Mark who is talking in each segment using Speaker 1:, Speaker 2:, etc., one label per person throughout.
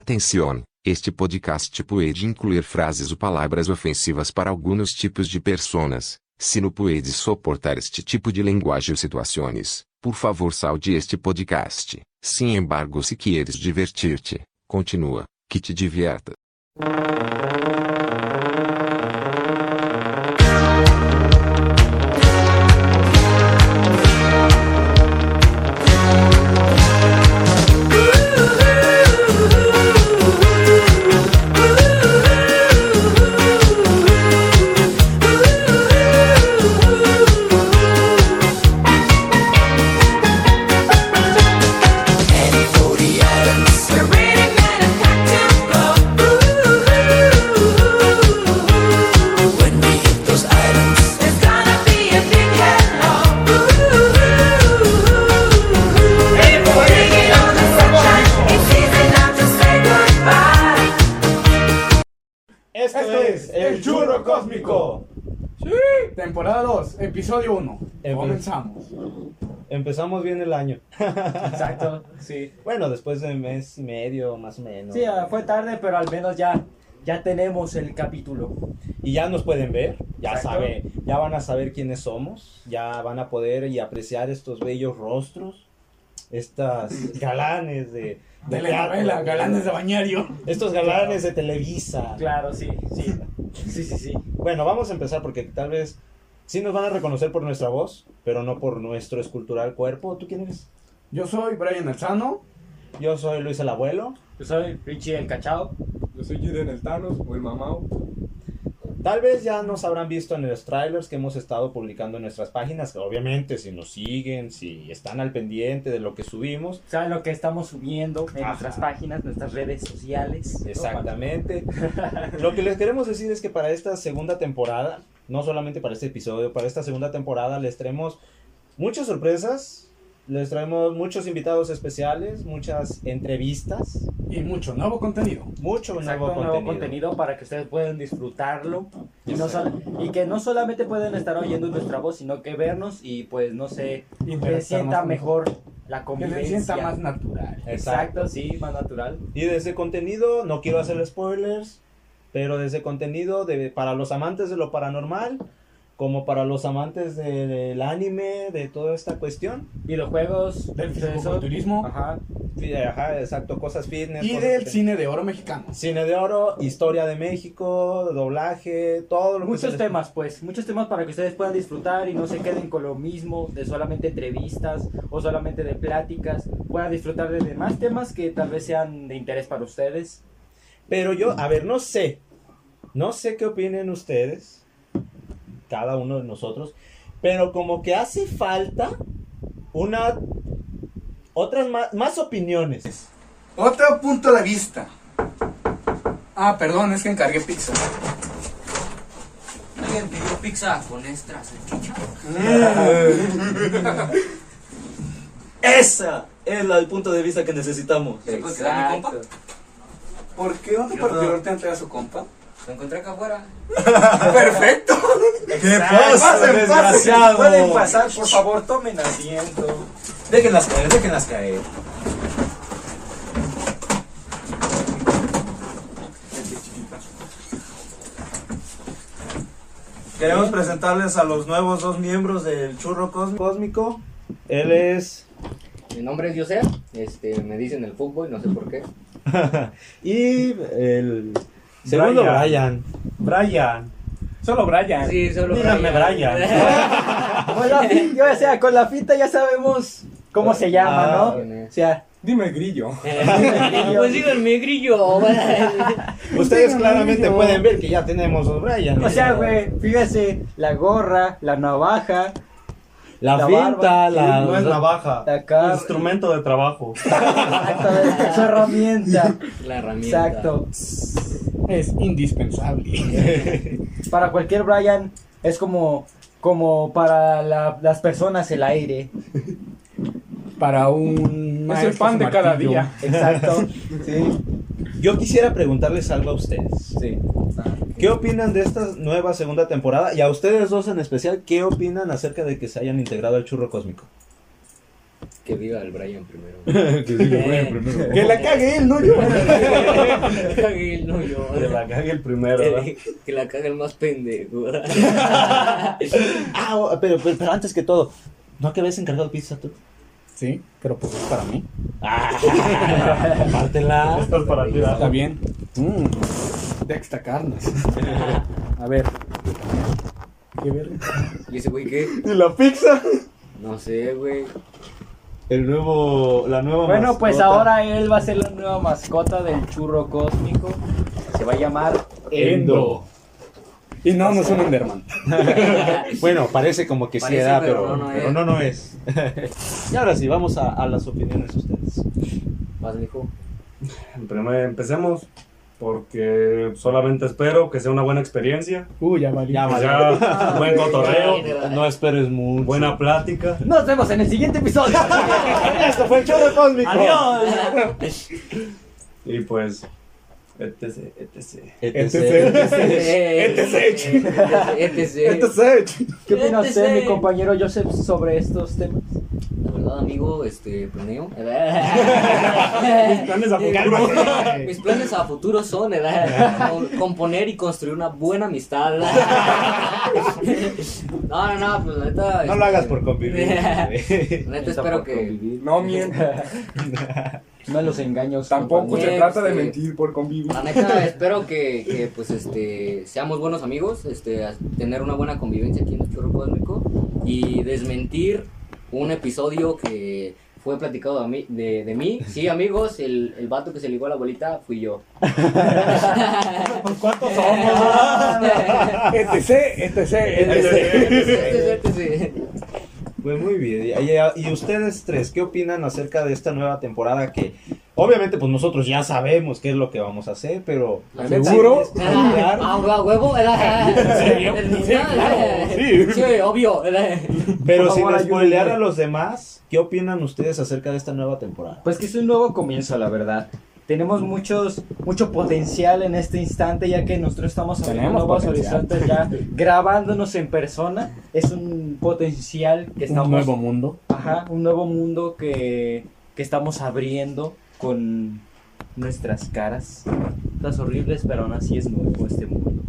Speaker 1: Atención, este podcast puede incluir frases ou palavras ofensivas para alguns tipos de personas. Se não puede soportar este tipo de linguagem ou situações, por favor salde este podcast. Sin embargo, se quieres divertir-te, continua, que te divierta.
Speaker 2: Esto, es el churro cósmico.
Speaker 3: Temporada 2, episodio 1.
Speaker 4: Epi-
Speaker 2: Em-
Speaker 3: Comenzamos.
Speaker 4: Empezamos bien el año.
Speaker 2: Exacto, sí.
Speaker 4: Bueno, después de mes y medio, más o menos.
Speaker 2: Sí, ah, fue tarde, pero al menos ya, ya tenemos el capítulo.
Speaker 4: Y ya nos pueden ver, ya
Speaker 2: Exacto.
Speaker 4: sabe, ya van a saber quiénes somos, ya van a poder y apreciar estos bellos rostros, estas galanes de, de
Speaker 3: Telenovela,
Speaker 4: teatro,
Speaker 3: galanes de bañario.
Speaker 4: estos galanes de Televisa.
Speaker 2: Claro, sí, sí. Sí, sí, sí.
Speaker 4: Bueno, vamos a empezar porque tal vez sí nos van a reconocer por nuestra voz, pero no por nuestro escultural cuerpo. ¿Tú quién eres?
Speaker 3: Yo soy Brian Alzano.
Speaker 4: Yo soy Luis el abuelo.
Speaker 2: Yo soy Richie el Cachao.
Speaker 5: Yo soy Jiden el Thanos o el Mamao.
Speaker 4: Tal vez ya nos habrán visto en los trailers que hemos estado publicando en nuestras páginas. que Obviamente, si nos siguen, si están al pendiente de lo que subimos.
Speaker 2: ¿Saben lo que estamos subiendo en
Speaker 4: Ajá.
Speaker 2: nuestras páginas, nuestras redes sociales?
Speaker 4: Exactamente. Lo que les queremos decir es que para esta segunda temporada, no solamente para este episodio, para esta segunda temporada les traemos muchas sorpresas, les traemos muchos invitados especiales, muchas entrevistas,
Speaker 3: Y mucho nuevo contenido.
Speaker 4: mucho
Speaker 2: Exacto,
Speaker 4: nuevo,
Speaker 2: nuevo
Speaker 4: contenido.
Speaker 2: contenido para que ustedes puedan disfrutarlo y, no
Speaker 4: Exacto.
Speaker 2: sol- y que no solamente pueden estar oyendo nuestra voz, sino que vernos y pues no sé, que
Speaker 3: Interactuar
Speaker 2: sienta
Speaker 3: más
Speaker 2: mejor la
Speaker 3: con- Que
Speaker 2: convivencia.
Speaker 3: se sienta más natural.
Speaker 4: Exacto.
Speaker 2: Exacto, sí, más natural.
Speaker 4: Y desde contenido, no quiero hacer spoilers, pero desde contenido de, para los amantes de lo paranormal, como para los amantes de- del anime, de toda esta cuestión.
Speaker 2: Videojuegos,
Speaker 3: Del
Speaker 2: de eso.
Speaker 3: fisicoculturismo
Speaker 2: Ajá.
Speaker 4: Fi- Ajá, exacto, cosas fitness.
Speaker 3: y
Speaker 4: cosas
Speaker 3: del
Speaker 4: que-
Speaker 3: cine de oro mexicano.
Speaker 4: Cine de oro, historia de México, doblaje, todo lo que se
Speaker 2: Muchos
Speaker 4: les-
Speaker 2: temas, pues, muchos temas para que ustedes puedan disfrutar y no se queden con lo mismo de solamente entrevistas o solamente de pláticas. Puedan disfrutar de demás temas que tal vez sean de interés para ustedes.
Speaker 4: Pero yo, a ver, no sé. No sé qué opinen ustedes, cada uno de nosotros, pero como que hace falta una otras más, más opiniones.
Speaker 3: Otro punto de vista. Ah, perdón, es que encargué pizza.
Speaker 6: ¿Alguien pidió pizza con extra salchicha?
Speaker 7: Esa es la- el punto de vista que necesitamos.
Speaker 6: ¿Se puede quedar mi compa?
Speaker 7: ¿Por qué otro
Speaker 6: partidor
Speaker 7: te entrega su compa?
Speaker 6: Lo encontré acá afuera.
Speaker 7: ¡Perfecto!
Speaker 4: ¿Qué pasa, desgraciado?
Speaker 7: Pueden pasar, por favor, tomen asiento. Déjenlas caer, déjenlas caer. Queremos presentarles a los nuevos dos miembros del Churro Cósmico.
Speaker 4: Cósmico, él es
Speaker 8: Mi nombre es Yosea, este, me dicen el fútbol, no sé por qué.
Speaker 4: y el segundo Brian.
Speaker 2: Brian.
Speaker 3: Solo Brian.
Speaker 8: Sí, solo
Speaker 2: Dígame,
Speaker 8: Brian.
Speaker 2: Con la fin- o sea, con la finta ya sabemos cómo se llama,
Speaker 4: Ah,
Speaker 2: ¿no?
Speaker 8: bueno.
Speaker 2: O sea,
Speaker 5: Dime grillo.
Speaker 8: pues díganme grillo.
Speaker 4: Ustedes claramente pueden ver que ya tenemos dos Brian.
Speaker 2: o sea, güey, fíjese, la gorra, la navaja,
Speaker 4: La,
Speaker 2: la barba.
Speaker 4: finta, la
Speaker 7: No es navaja,
Speaker 2: la cara,
Speaker 7: instrumento de trabajo.
Speaker 2: exacto, su herramienta.
Speaker 8: La herramienta.
Speaker 2: Exacto.
Speaker 3: Es indispensable.
Speaker 2: Para cualquier Brian es como como para la- las personas el aire.
Speaker 3: Para un.
Speaker 5: Es el pan de cada día.
Speaker 2: Exacto. Sí.
Speaker 4: Yo quisiera preguntarles algo a ustedes. Ah.
Speaker 2: Sí.
Speaker 4: ¿Qué opinan de esta nueva segunda temporada? Y a ustedes dos en especial, ¿qué opinan acerca de que se hayan integrado al churro cósmico?
Speaker 8: Que viva el Brian primero.
Speaker 4: que diga,
Speaker 2: Eh,
Speaker 4: güey, primero.
Speaker 5: Que la cague él, no yo.
Speaker 8: Que la cague el no yo.
Speaker 4: Que la cague el primero. ¿verdad?
Speaker 8: Eh, Que la cague el más pendejo.
Speaker 4: Ah, oh, pero, pero, pero antes que todo, ¿no que habías encargado pizza tú?
Speaker 3: Sí, pero pues es para mí.
Speaker 4: Ah, pártela. Esto es para ti,
Speaker 3: Está bien. Mm, Dexta carnes. A ver. ¿Qué ver?
Speaker 8: ¿Y ese güey qué?
Speaker 4: ¿Y la pizza?
Speaker 8: No sé, güey.
Speaker 4: El nuevo, la nueva
Speaker 2: Bueno, pues
Speaker 4: mascota.
Speaker 2: ahora él va a ser la nueva mascota del churro cósmico. Se va a llamar Endo.
Speaker 3: Y no, no es un Enderman.
Speaker 4: Bueno, parece como que
Speaker 6: Parece,
Speaker 4: sí era,
Speaker 6: pero
Speaker 4: pero, pero
Speaker 6: no,
Speaker 4: no,
Speaker 6: no
Speaker 4: no, es. y ahora sí, vamos a, a las opiniones de ustedes.
Speaker 8: Más dijo.
Speaker 9: Primero empecemos, porque solamente espero que sea una buena experiencia.
Speaker 3: Uh, ya valió.
Speaker 4: Ya valió.
Speaker 9: Ya,
Speaker 8: Ah,
Speaker 9: buen cotorreo,
Speaker 4: No esperes mucho.
Speaker 9: buena plática.
Speaker 2: Nos vemos en el siguiente episodio.
Speaker 4: Esto fue el chorro cósmico.
Speaker 9: Y pues, etc, etc.
Speaker 4: Etc.
Speaker 8: Este
Speaker 4: Este
Speaker 8: ETC.
Speaker 2: ¿Qué opina
Speaker 6: Este
Speaker 2: usted,
Speaker 6: sí.
Speaker 2: mi compañero Joseph, sobre estos temas?
Speaker 8: La verdad, amigo, este, planeo.
Speaker 9: planes a futuro.
Speaker 8: Mis planes a futuro son ¿verdad? Con- componer y construir una buena amistad. ¿verdad? No, no, no, pues la neta.
Speaker 4: No
Speaker 8: este,
Speaker 4: lo hagas por convivir.
Speaker 8: La neta, espero que.
Speaker 5: No mienta.
Speaker 2: No los engaños.
Speaker 5: Tampoco
Speaker 2: compañero.
Speaker 5: se trata de
Speaker 8: Este-
Speaker 5: mentir por convivir.
Speaker 8: La neta, espero que, que, pues este seamos buenos amigos, este, a- tener una buena convivencia aquí en el Chorro Cósmico y desmentir un episodio que fue platicado de mí, de, de mí. Sí, amigos, el, el vato que se ligó a la abuelita fui yo.
Speaker 4: ¿Cuántos somos?
Speaker 3: ETC, ETC,
Speaker 9: Este
Speaker 3: ETC.
Speaker 4: Pues muy bien. Y, y- y ustedes tres, ¿qué opinan acerca de esta nueva temporada que obviamente pues nosotros ya sabemos qué es lo que vamos a hacer, pero
Speaker 3: ¿Seguro?
Speaker 8: Ah, hue- huevo, era- era- Sí, obvio. era-
Speaker 4: pero
Speaker 2: Por
Speaker 4: sin
Speaker 2: favor, ayúdenme.
Speaker 4: spoilear a los demás, ¿qué opinan ustedes acerca de esta nueva temporada?
Speaker 2: Pues que es un nuevo comienzo, la verdad. Tenemos muchos, mucho potencial en este instante, ya que nosotros estamos abriendo
Speaker 3: Tenemos
Speaker 2: nuevos
Speaker 3: potencial.
Speaker 2: horizontes ya, grabándonos en persona. Es un potencial que estamos
Speaker 3: Un nuevo mundo.
Speaker 2: Ajá, un nuevo mundo que, que estamos abriendo con nuestras caras. Estás horribles, pero aún así es nuevo este mundo.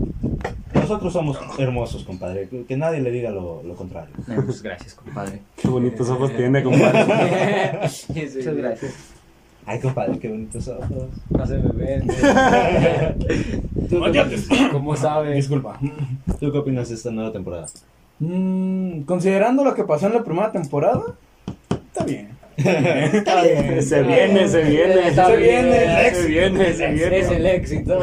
Speaker 4: Nosotros somos hermosos, compadre, que, que nadie le diga lo, lo contrario.
Speaker 2: No, pues gracias, compadre.
Speaker 9: Qué bonitos ojos tiene, compadre.
Speaker 8: Sí, sí.
Speaker 2: Muchas gracias.
Speaker 4: Ay, compadre, qué bonitos ojos.
Speaker 2: No se me ven.
Speaker 3: Como sabes. Disculpa.
Speaker 4: ¿Tú qué opinas de esta nueva temporada?
Speaker 3: Mm, considerando lo que pasó en la primera temporada, está bien.
Speaker 9: Se viene, se viene.
Speaker 8: Está bien,
Speaker 9: viene, se viene, se viene.
Speaker 8: Es el éxito.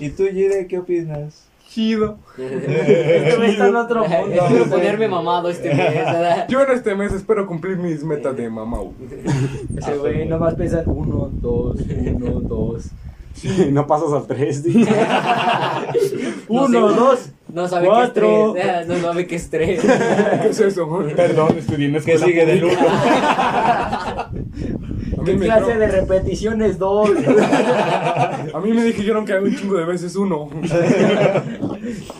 Speaker 4: ¿Y tú, Jire, qué opinas?
Speaker 5: Chido.
Speaker 2: Este güey está en otro mundo.
Speaker 8: Espero ponerme mamado este mes. ¿verdad?
Speaker 5: Yo en este mes espero cumplir mis metas de mamau.
Speaker 2: Ese güey nomás piensa en Ah, uno, dos, uno, dos.
Speaker 9: No pasas al 3, dije.
Speaker 8: No
Speaker 2: Uno,
Speaker 8: sé,
Speaker 2: dos.
Speaker 8: No sabe
Speaker 2: Cuatro.
Speaker 8: qué estrés. ¿verdad? No sabe qué estrés.
Speaker 5: ¿Qué es eso?
Speaker 3: Perdón, estudié en
Speaker 4: ¿Qué
Speaker 3: escuela
Speaker 4: sigue del
Speaker 3: pública.
Speaker 4: uno?
Speaker 5: A mí
Speaker 2: ¿Qué
Speaker 5: me
Speaker 2: clase
Speaker 5: dijeron-
Speaker 2: de repeticiones dos?
Speaker 5: A mí me dijeron que hago un chingo de veces uno.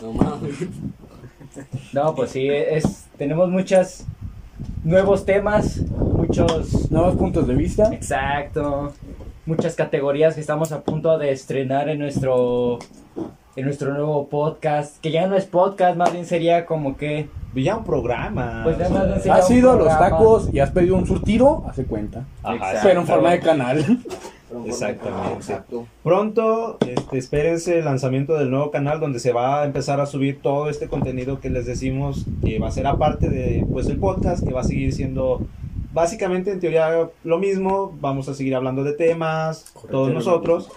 Speaker 8: No mames.
Speaker 2: No, pues sí, es, tenemos muchos nuevos temas, muchos
Speaker 3: Nuevos puntos de vista.
Speaker 2: Exacto. Muchas categorías que estamos a punto de estrenar en nuestro en nuestro nuevo podcast, que ya no es podcast, más bien sería como que
Speaker 4: Ya un programa.
Speaker 2: Pues ya
Speaker 4: o sea,
Speaker 2: más bien
Speaker 3: Has
Speaker 2: un
Speaker 3: ido a los
Speaker 2: programa.
Speaker 3: tacos y has pedido un surtido, hace cuenta.
Speaker 4: Ajá,
Speaker 3: Pero en forma de
Speaker 4: exacto.
Speaker 3: canal.
Speaker 4: Exactamente.
Speaker 8: Exacto.
Speaker 4: Pronto, este, espérense el lanzamiento del nuevo canal donde se va a empezar a subir todo este contenido que les decimos que va a ser aparte de pues el podcast que va a seguir siendo básicamente en teoría lo mismo, vamos a seguir hablando de temas todos nosotros,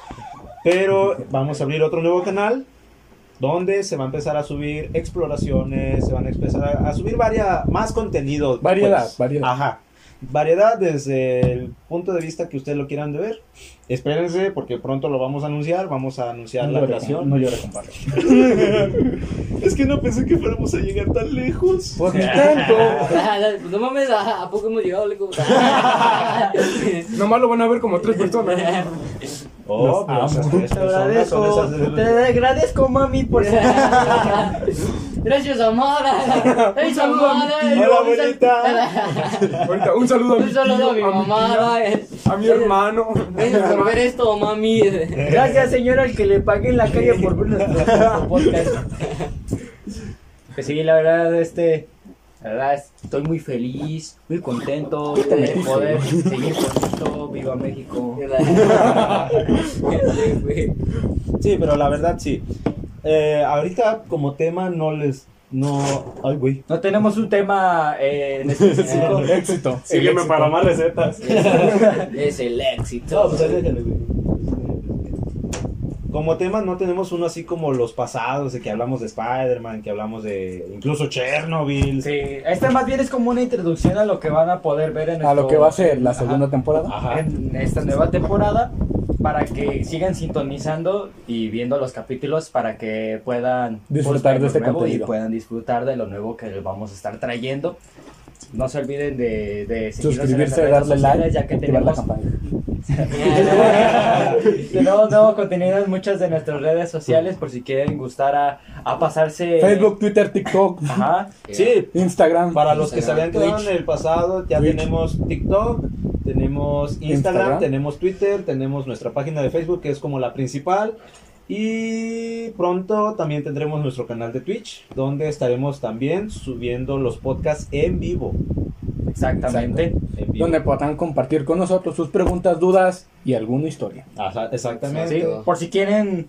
Speaker 4: pero vamos a abrir otro nuevo canal donde se va a empezar a subir exploraciones, se van a empezar a, a subir varias más contenido, pues.
Speaker 3: Variedad, variedad.
Speaker 4: Ajá. Variedad desde el punto de vista que ustedes lo quieran de ver. Espérense porque pronto lo vamos a anunciar. Vamos a anunciar la
Speaker 3: llores,
Speaker 4: creación.
Speaker 3: no llores, compadre.
Speaker 4: Es que no pensé que fuéramos a llegar tan lejos.
Speaker 3: Pues ni tanto.
Speaker 8: Pues no mames, ¿a a poco hemos llegado? Leco?
Speaker 5: Nomás lo van a ver como tres personas.
Speaker 3: Los
Speaker 4: Oh, pero esas
Speaker 3: amo.
Speaker 4: tres
Speaker 2: te
Speaker 4: personas son
Speaker 2: agradezco,
Speaker 4: esas de-
Speaker 2: te agradezco mami por ser
Speaker 8: Gracias, Amara. ¡Ey, Amara!
Speaker 4: Hola, abuelita.
Speaker 5: Ahorita, un saludo a mi
Speaker 8: Un saludo a mi
Speaker 5: tío,
Speaker 8: mamá.
Speaker 5: tía, a mi hermano.
Speaker 8: Gracias por ver esto, mami.
Speaker 2: Gracias, señora, al que le pagué en la calle por ver nuestro- nuestro podcast. Pues sí, la verdad, este. La verdad, estoy muy feliz, muy contento de poder seguir con esto. ¡Viva México!
Speaker 8: Sí, güey.
Speaker 4: Sí, pero la verdad sí. Eh, ahorita como tema no les... No... Ay, güey.
Speaker 2: No tenemos un tema eh, en específico.
Speaker 4: éxito.
Speaker 9: Sígueme para más recetas.
Speaker 8: Es el
Speaker 4: No,
Speaker 8: éxito.
Speaker 4: pues ahí déjale, güey. Como tema no tenemos uno así como los pasados, de que hablamos de Spider-Man, que hablamos de incluso Chernobyl.
Speaker 2: Sí, este más bien es como una introducción a lo que van a poder ver en
Speaker 7: A lo
Speaker 2: nuestro-
Speaker 7: que va a ser la
Speaker 2: Ajá.
Speaker 7: segunda temporada.
Speaker 4: Ajá.
Speaker 2: en esta nueva temporada para que sigan sintonizando y viendo los capítulos para que puedan
Speaker 7: Disfrutar
Speaker 2: buscar
Speaker 7: de
Speaker 2: lo
Speaker 7: este
Speaker 2: nuevo
Speaker 7: contenido.
Speaker 2: y puedan disfrutar de lo nuevo que les vamos a estar trayendo. No se olviden de, de seguirnos en las
Speaker 7: Suscribirse,
Speaker 2: redes
Speaker 7: darle
Speaker 2: sociales,
Speaker 7: like,
Speaker 2: ya que
Speaker 7: activar la
Speaker 2: tenemos,
Speaker 7: campana.
Speaker 2: tenemos nuevo contenido en muchas de nuestras redes sociales por si quieren gustar a, a pasarse
Speaker 7: Facebook, Twitter, TikTok,
Speaker 2: Ajá.
Speaker 4: Sí,
Speaker 7: Instagram.
Speaker 4: para los que se
Speaker 8: Instagram,
Speaker 4: habían quedado en
Speaker 8: Twitch.
Speaker 4: el pasado, ya
Speaker 7: Twitch.
Speaker 4: tenemos TikTok, tenemos Instagram,
Speaker 7: Instagram.
Speaker 4: tenemos Twitter, tenemos nuestra página de Facebook que es como la principal. Y pronto también tendremos nuestro canal de Twitch, donde estaremos también subiendo los podcasts en vivo.
Speaker 2: Exactamente.
Speaker 4: En vivo.
Speaker 7: donde podrán compartir con nosotros sus preguntas, dudas y alguna historia.
Speaker 4: Ajá, exactamente.
Speaker 2: Sí, por si quieren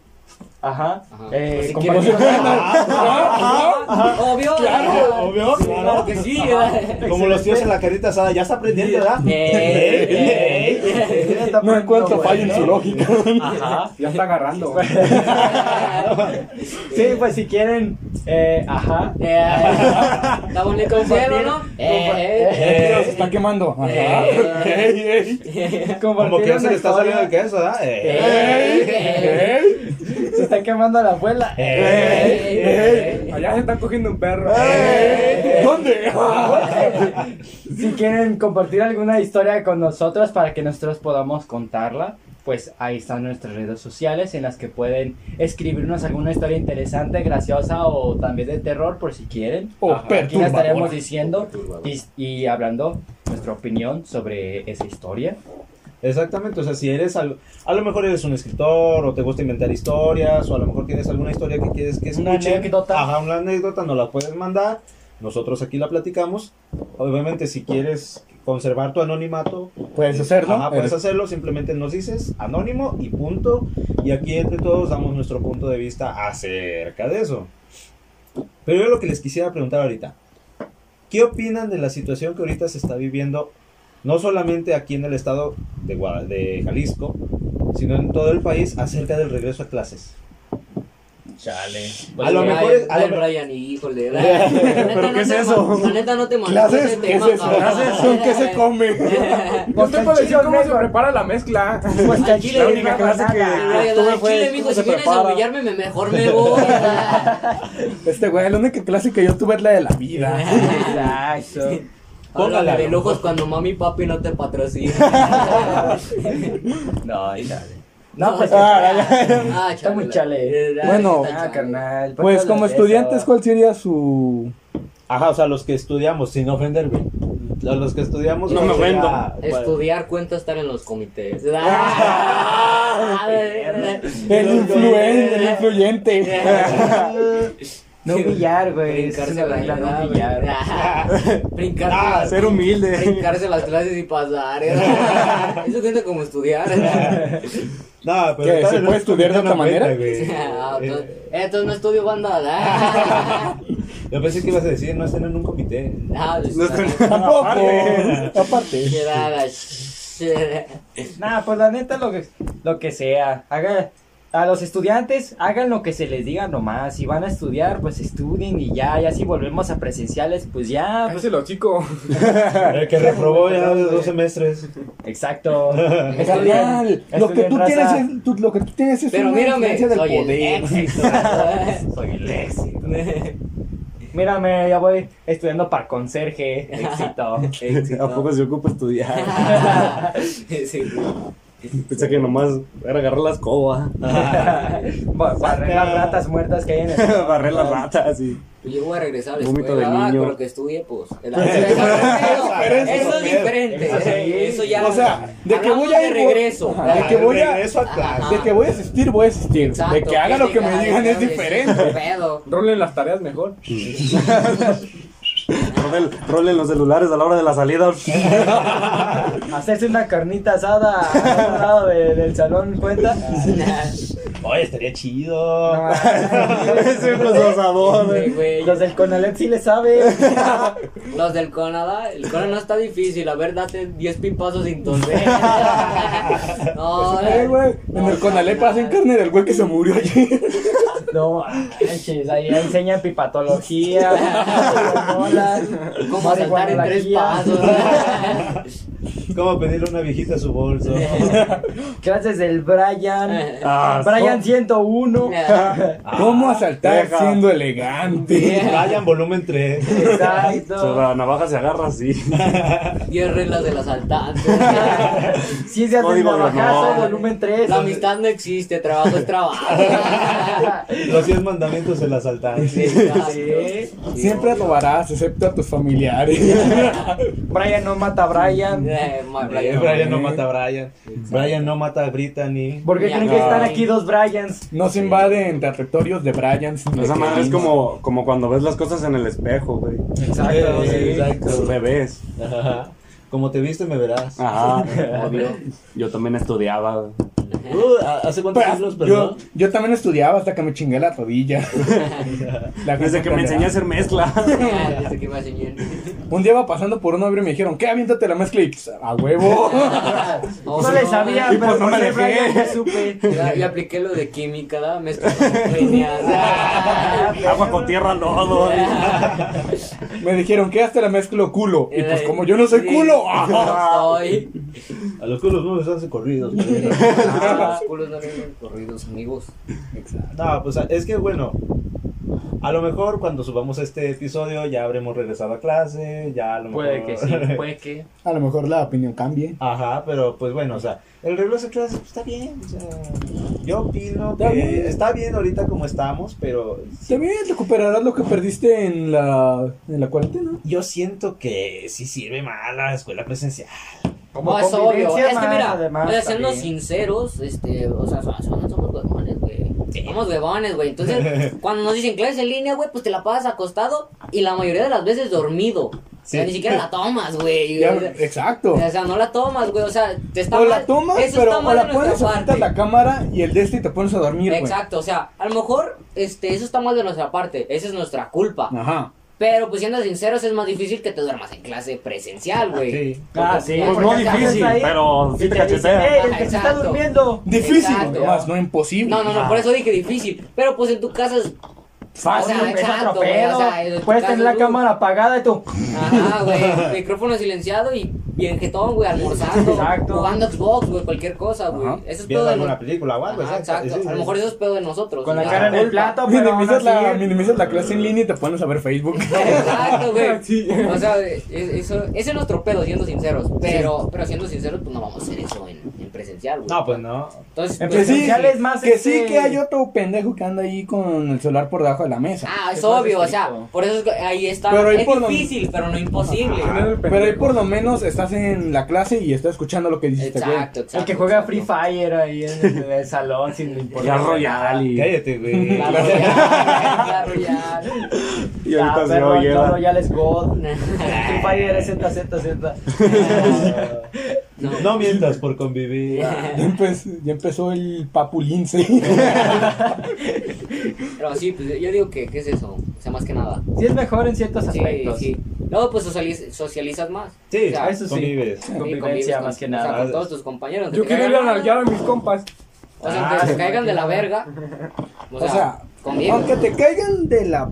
Speaker 2: ajá,
Speaker 8: Ajá.
Speaker 2: eh,
Speaker 8: Por si
Speaker 2: compartir-
Speaker 8: Obvio.
Speaker 4: Claro, obvio,
Speaker 8: Sí,
Speaker 4: claro.
Speaker 8: claro que sí. ¿verdad?
Speaker 4: Como los tíos en la carita asada, ya está aprendiendo, ¿verdad?
Speaker 8: Ey, ey, ey.
Speaker 7: No encuentro fallo en su lógica.
Speaker 2: Ajá.
Speaker 5: Ya está agarrando.
Speaker 2: Sí, pues si quieren, eh, ajá.
Speaker 8: Eh, Está bonito el cielo, ¿no?
Speaker 7: Se
Speaker 8: Eh,
Speaker 7: está quemando. Ajá.
Speaker 8: eh, eh,
Speaker 4: Como que ya se le está
Speaker 2: Compartir una
Speaker 4: saliendo el
Speaker 2: historia.
Speaker 4: queso, ¿verdad? Eh.
Speaker 8: eh, eh,
Speaker 2: Se está quemando la abuela. Eh,
Speaker 8: eh, eh.
Speaker 5: Allá se están cogiendo un perro.
Speaker 4: Eh,
Speaker 2: Eh,
Speaker 7: ¿Dónde?
Speaker 2: Oh, Si quieren compartir alguna historia con nosotros para que nosotros podamos contarla, pues ahí están nuestras redes sociales en las que pueden escribirnos alguna historia interesante, graciosa o también de terror por si quieren.
Speaker 7: O
Speaker 2: Aquí la estaremos
Speaker 7: perturbadora.
Speaker 2: diciendo y, y hablando nuestra opinión sobre esa historia.
Speaker 4: Exactamente, o sea, si eres al- a lo mejor eres un escritor o te gusta inventar historias o a lo mejor tienes alguna historia que quieres que
Speaker 2: Una
Speaker 4: escuchen,
Speaker 2: anécdota.
Speaker 4: Ajá, una anécdota, nos la puedes mandar. Nosotros aquí la platicamos. Obviamente, si quieres conservar tu anonimato,
Speaker 7: Puedes hacerlo.
Speaker 4: Ajá, puedes
Speaker 7: Eres-
Speaker 4: hacerlo, simplemente nos dices anónimo y punto. Y aquí entre todos damos nuestro punto de vista acerca de eso. Pero yo lo que les quisiera preguntar ahorita, ¿qué opinan de la situación que ahorita se está viviendo, no solamente aquí en el estado de, Gua- de Jalisco, sino en todo el país acerca del regreso a clases?
Speaker 2: Chale.
Speaker 4: a lo
Speaker 8: Brian,
Speaker 4: mejor es- a lo
Speaker 8: ay,
Speaker 4: me-
Speaker 8: Brian, híjole. La neta
Speaker 7: ¿Pero
Speaker 8: no
Speaker 7: qué es
Speaker 8: te
Speaker 7: eso?
Speaker 8: ma- La neta no te molesta
Speaker 7: ¿Clases?
Speaker 8: ese
Speaker 7: ¿Qué es
Speaker 8: tema,
Speaker 7: eso?
Speaker 8: cabrón.
Speaker 7: ¿Clases? ¿Con qué se come?
Speaker 5: No te puedo decir cómo se prepara la mezcla.
Speaker 2: Pues
Speaker 8: Al chile,
Speaker 7: La única clase que tuve
Speaker 8: Ay, al chile,
Speaker 7: fue
Speaker 8: mijo,
Speaker 7: cómo
Speaker 8: si
Speaker 7: se
Speaker 8: vienes a
Speaker 7: prepara.
Speaker 8: humillarme, me- mejor me voy.
Speaker 7: Este güey, la única clase que yo tuve es la de la vida.
Speaker 2: Exacto.
Speaker 4: Póngala,
Speaker 8: Póngala de
Speaker 4: a lo
Speaker 8: lujos cuando mami y papi no te patrocinan.
Speaker 2: No, chale. No, pues
Speaker 8: Ah,
Speaker 2: está muy chale.
Speaker 8: chale.
Speaker 7: Bueno,
Speaker 8: Está
Speaker 2: Ah,
Speaker 8: chale.
Speaker 2: carnal. ¿por qué
Speaker 7: Pues
Speaker 2: hablas
Speaker 7: como
Speaker 2: de
Speaker 7: estudiantes,
Speaker 2: eso?
Speaker 7: ¿cuál sería su...?
Speaker 4: Ajá, o sea, los que estudiamos, sin ofender, güey. Los los que estudiamos...
Speaker 9: No
Speaker 4: o
Speaker 9: me
Speaker 4: sea,
Speaker 9: ofendo.
Speaker 4: bueno,
Speaker 8: Estudiar cuenta estar en los comités. Ah, eh.
Speaker 7: El influente, el influyente.
Speaker 2: No humillar, güey. esa Es una
Speaker 8: Brincarse la
Speaker 2: regla, no
Speaker 8: edad,
Speaker 2: humillar.
Speaker 8: güey. Brincarse
Speaker 7: Ah,
Speaker 8: las-
Speaker 7: ser humilde.
Speaker 8: Brincarse las clases y pasar. ¿eh? Eso cuenta como estudiar. ¿eh?
Speaker 4: No, pero
Speaker 7: ¿Qué,
Speaker 4: está
Speaker 7: se
Speaker 4: bien,
Speaker 7: puede
Speaker 4: no
Speaker 7: estudiar de otra
Speaker 4: cuenta,
Speaker 7: manera?
Speaker 4: güey.
Speaker 8: Ah, entonces-
Speaker 4: Eh,
Speaker 8: Entonces no estudio banda. ¿eh?
Speaker 4: Yo pensé que ibas a decir, no estén en un comité.
Speaker 8: Ah, pues,
Speaker 7: Tampoco. Aparte.
Speaker 8: qué nada, shit.
Speaker 2: Nah, pues la neta, lo que, lo que sea. Haga, a los estudiantes, hagan lo que se les diga nomás. Si van a estudiar, pues estudien y ya. Ya si volvemos a presenciales, pues ya. pues-
Speaker 5: Cállese el hocico.
Speaker 4: El que reprobó ya de dos semestres.
Speaker 2: exacto.
Speaker 7: Carnal, lo que,
Speaker 2: Estudian
Speaker 7: tú
Speaker 2: raza.
Speaker 7: tienes es, tú- lo que tú tienes es
Speaker 8: Pero
Speaker 7: una
Speaker 8: mírame,
Speaker 7: influencia del
Speaker 8: soy el
Speaker 7: poder.
Speaker 8: éxito.
Speaker 2: Soy el éxito.
Speaker 8: eh.
Speaker 2: Mírame, ya voy estudiando para conserje. Éxito.
Speaker 8: Éxito.
Speaker 7: se ocupa estudiar?
Speaker 8: Sí, güey.
Speaker 9: Pensé que nomás era agarrar la escoba,
Speaker 2: Ba- Barrer las ratas muertas que hay en el.
Speaker 9: barrer las ratas y.
Speaker 8: Yo voy a regresar a la
Speaker 9: Vómito
Speaker 8: escuela,
Speaker 9: de
Speaker 8: ah,
Speaker 9: niño.
Speaker 8: con lo que estudié, pues. El- Eso es diferente. Eso ya.
Speaker 10: O sea, de que
Speaker 8: Hablamos
Speaker 10: voy a
Speaker 8: de
Speaker 10: ir.
Speaker 8: regreso.
Speaker 10: Ajá, de que voy a.
Speaker 4: Regreso a clase.
Speaker 10: De que voy a asistir, voy a asistir. de que haga lo que me digan es diferente.
Speaker 8: Pedo.
Speaker 5: Rolen las tareas mejor.
Speaker 9: Rolen, rolen los celulares a la hora de la salida.
Speaker 2: Hacerse una carnita asada al otro lado de- del salón cuenta.
Speaker 4: Oye, estaría chido.
Speaker 9: Siempre es los
Speaker 8: Sí,
Speaker 9: sabores.
Speaker 8: güey.
Speaker 2: Los del Conalep sí le saben.
Speaker 8: Los del Conada, el Conada no está difícil, a ver, date 10 pipazos sin toser. no,
Speaker 10: Eh, güey, en el Conalep hacen carne del güey que se murió allí.
Speaker 2: No manches, ahí enseñan pipatología, hormonas,
Speaker 8: Como saltar en tres
Speaker 2: marihuanología,
Speaker 8: pasos.
Speaker 4: ¿Cómo pedirle a una viejita su bolso?
Speaker 2: Clases del Brian.
Speaker 9: Ah,
Speaker 2: Brian
Speaker 9: so-
Speaker 2: 101.
Speaker 10: ¿Cómo asaltar
Speaker 9: deja.
Speaker 10: siendo elegante?
Speaker 4: Vayan, volumen 3.
Speaker 9: so,
Speaker 2: Exacto.
Speaker 9: la navaja se agarra así.
Speaker 8: 10 reglas del asaltante.
Speaker 2: Ciencias del
Speaker 9: Código de
Speaker 2: navajazo,
Speaker 9: honor.
Speaker 2: volumen 3.
Speaker 8: La amistad no existe, trabajo es trabajo.
Speaker 4: Los 10 mandamientos se las saltaron.
Speaker 8: Exacto.
Speaker 2: Sí.
Speaker 10: Siempre robarás, excepto a tus familiares.
Speaker 2: Brian no mata a Brian.
Speaker 8: Eh, ma-
Speaker 4: Brian, Brian no mata a Brian. Brian no mata a Brittany.
Speaker 2: ¿Por qué
Speaker 8: Ya
Speaker 2: creen que
Speaker 8: no.
Speaker 2: están aquí dos Bryans?
Speaker 10: No se invaden territorios de Brian.
Speaker 9: Esa madre es como, como cuando ves las cosas en el espejo, güey.
Speaker 2: Exacto,
Speaker 4: Eh,
Speaker 2: sí.
Speaker 4: exacto.
Speaker 9: Me ves.
Speaker 4: Ajá. Como te viste, me verás.
Speaker 9: Ah. Ajá, obvio. Yo también estudiaba. güey.
Speaker 4: Uh, ¿Hace cuántos siglos,
Speaker 10: yo,
Speaker 4: perdón?
Speaker 10: yo también estudiaba hasta que me chingué la rodilla. La
Speaker 9: Desde que me enseñé a hacer mezcla.
Speaker 8: Ah, dice que iba a enseñar.
Speaker 10: Un día iba pasando por un abrigo y me dijeron, ¿qué? Aviéntate la mezcla y "Pss, a huevo.
Speaker 8: Oh,
Speaker 2: No le sabía,
Speaker 10: Y
Speaker 2: pero
Speaker 10: pues no
Speaker 2: por
Speaker 10: me
Speaker 2: ser
Speaker 10: alejé.
Speaker 2: Brian yo supe.
Speaker 8: Ya, ya apliqué lo de química, ¿da? mezcla con líneas. Ah,
Speaker 9: Agua con tierra, lodo.
Speaker 10: me dijeron, ¿qué? Hasta la mezcla culo. Y pues
Speaker 8: eh,
Speaker 10: como yo no soy
Speaker 8: sí,
Speaker 10: culo.
Speaker 8: No soy.
Speaker 4: A los culos no les hace corridos. güey.
Speaker 8: Ah, los culos no vienen corridos, amigos.
Speaker 4: No, pues es que bueno, a lo mejor cuando subamos este episodio ya habremos regresado a clase, ya a lo mejor...
Speaker 2: Puede que sí, puede que.
Speaker 10: A lo mejor la opinión cambie.
Speaker 4: Ajá, pero pues bueno, o sea, el regreso a clases pues, está bien, o sea, yo opino que
Speaker 10: Está bien.
Speaker 4: está bien ahorita como estamos, pero
Speaker 10: También recuperarás lo que perdiste en la, en la cuarentena.
Speaker 4: yo siento que sí sirve mal la escuela presencial.
Speaker 8: No, es obvio.
Speaker 2: convivencia
Speaker 8: Es que
Speaker 2: más,
Speaker 8: mira,
Speaker 2: además,
Speaker 8: eh, siendo
Speaker 2: también.
Speaker 8: sinceros, este, o sea, so- so- somos huevones, güey. Somos huevones, güey. Entonces, cuando nos dicen clase en línea, güey, pues te la pasas acostado y la mayoría de las veces dormido. O sea,
Speaker 4: Sí.
Speaker 8: ni siquiera la tomas, güey.
Speaker 10: Ya,
Speaker 8: O sea,
Speaker 10: exacto.
Speaker 8: O sea, no la tomas, güey. O sea, te Eh, está
Speaker 10: O
Speaker 8: mal.
Speaker 10: la tomas,
Speaker 8: Eso
Speaker 10: pero
Speaker 8: está
Speaker 10: o
Speaker 8: mal
Speaker 10: la
Speaker 8: de nuestra
Speaker 10: pones o quitas
Speaker 8: parte.
Speaker 10: la cámara y el de este y te pones a dormir, güey.
Speaker 8: Exacto, o sea, a lo mejor este, eso está mal de nuestra parte, esa es nuestra culpa.
Speaker 10: Ajá.
Speaker 8: Pero pues siendo sinceros, es más difícil que te duermas en clase presencial, güey.
Speaker 4: Sí.
Speaker 2: Ah, sí,
Speaker 8: Pues
Speaker 2: porque
Speaker 8: no
Speaker 2: acá
Speaker 8: difícil,
Speaker 2: estás ahí
Speaker 9: Pero sí
Speaker 2: y
Speaker 9: te
Speaker 2: te dicen,
Speaker 9: cachetea.
Speaker 2: "Eh, el que se está
Speaker 8: Exacto.
Speaker 2: durmiendo.
Speaker 10: Difícil,
Speaker 8: Exacto.
Speaker 10: nomás, no imposible.
Speaker 8: No, no, no, por eso dije difícil. Pero pues en tu casa es.
Speaker 2: Fácil,
Speaker 8: O sea,
Speaker 2: es
Speaker 8: exacto,
Speaker 2: otro
Speaker 8: güey,
Speaker 2: pedo.
Speaker 8: o sea, en tu
Speaker 2: Puedes
Speaker 8: caso
Speaker 2: tener la
Speaker 8: tú-
Speaker 2: cámara apagada y tú.
Speaker 8: Ajá, güey. micrófono silenciado y bien jetón, güey, almorzando.
Speaker 2: Exacto.
Speaker 8: Jugando Xbox, güey, cualquier cosa, güey.
Speaker 10: Ajá.
Speaker 2: Pues,
Speaker 8: Eso es pedo
Speaker 4: Viendo
Speaker 8: de
Speaker 4: alguna
Speaker 8: nosotros.
Speaker 4: película o algo,
Speaker 8: exacto.
Speaker 4: sí, sí,
Speaker 8: A lo
Speaker 4: sí.
Speaker 8: mejor eso es pedo de nosotros.
Speaker 2: Con la
Speaker 8: ¿no?
Speaker 2: cara en el plato, pero aún
Speaker 10: minimizas, la,
Speaker 2: así-
Speaker 10: minimizas
Speaker 8: Mm,
Speaker 10: la clase en línea y te pones a ver Facebook.
Speaker 8: Exacto, güey.
Speaker 10: Sí.
Speaker 8: O sea, es- eso, ese es nuestro pedo, siendo sinceros. Pero, pero siendo sinceros, pues no vamos a hacer eso en, en presencial, güey.
Speaker 4: No, pues no.
Speaker 8: Entonces,
Speaker 2: En
Speaker 8: pues,
Speaker 2: presencial
Speaker 8: sí.
Speaker 2: es más
Speaker 10: que
Speaker 2: este-
Speaker 10: sí que hay otro pendejo que anda ahí con el celular por debajo de la mesa.
Speaker 8: Ah, es,
Speaker 2: Es más
Speaker 8: obvio, o sea,
Speaker 2: estricto.
Speaker 8: por eso es que ahí está.
Speaker 10: Pero ahí
Speaker 8: es
Speaker 10: por donde-
Speaker 8: difícil, pero no imposible.
Speaker 4: Ah,
Speaker 10: Pero ahí por lo menos estás en la clase y estás escuchando lo que dices este güey.
Speaker 8: Exacto, exacto.
Speaker 2: El que juega
Speaker 8: exacto.
Speaker 2: Free Fire ahí en el, en el salón sin importar.
Speaker 9: Ya Royal y,
Speaker 4: Cállate, güey.
Speaker 8: La Royal, la Royal.
Speaker 9: y
Speaker 2: Ya,
Speaker 9: ahorita se
Speaker 2: perro,
Speaker 9: oye.
Speaker 2: todo ya les god. Free Fire es Z, Z, Z.
Speaker 4: no. no mientas por convivir.
Speaker 10: Ya, empe- ya empezó el papulince.
Speaker 8: Pero sí, pues yo digo que, ¿qué es eso? O sea, más que nada.
Speaker 2: Sí es mejor en ciertos
Speaker 8: Sí,
Speaker 2: aspectos.
Speaker 8: sí. No, pues socializ- socializas más.
Speaker 4: Sí,
Speaker 8: O sea,
Speaker 2: eso sí.
Speaker 4: convives.
Speaker 8: sí,
Speaker 2: Convivencia
Speaker 8: convives
Speaker 2: más que
Speaker 8: o sea,
Speaker 2: nada.
Speaker 8: con todos tus compañeros. aunque
Speaker 5: Yo
Speaker 8: te
Speaker 5: quiero ir a
Speaker 8: caigan mal,
Speaker 5: nalguear a mis compas.
Speaker 8: O sea, aunque
Speaker 2: Ah,
Speaker 8: te caigan de la verga. O sea,
Speaker 10: O sea,
Speaker 8: convives.
Speaker 10: aunque te caigan de la...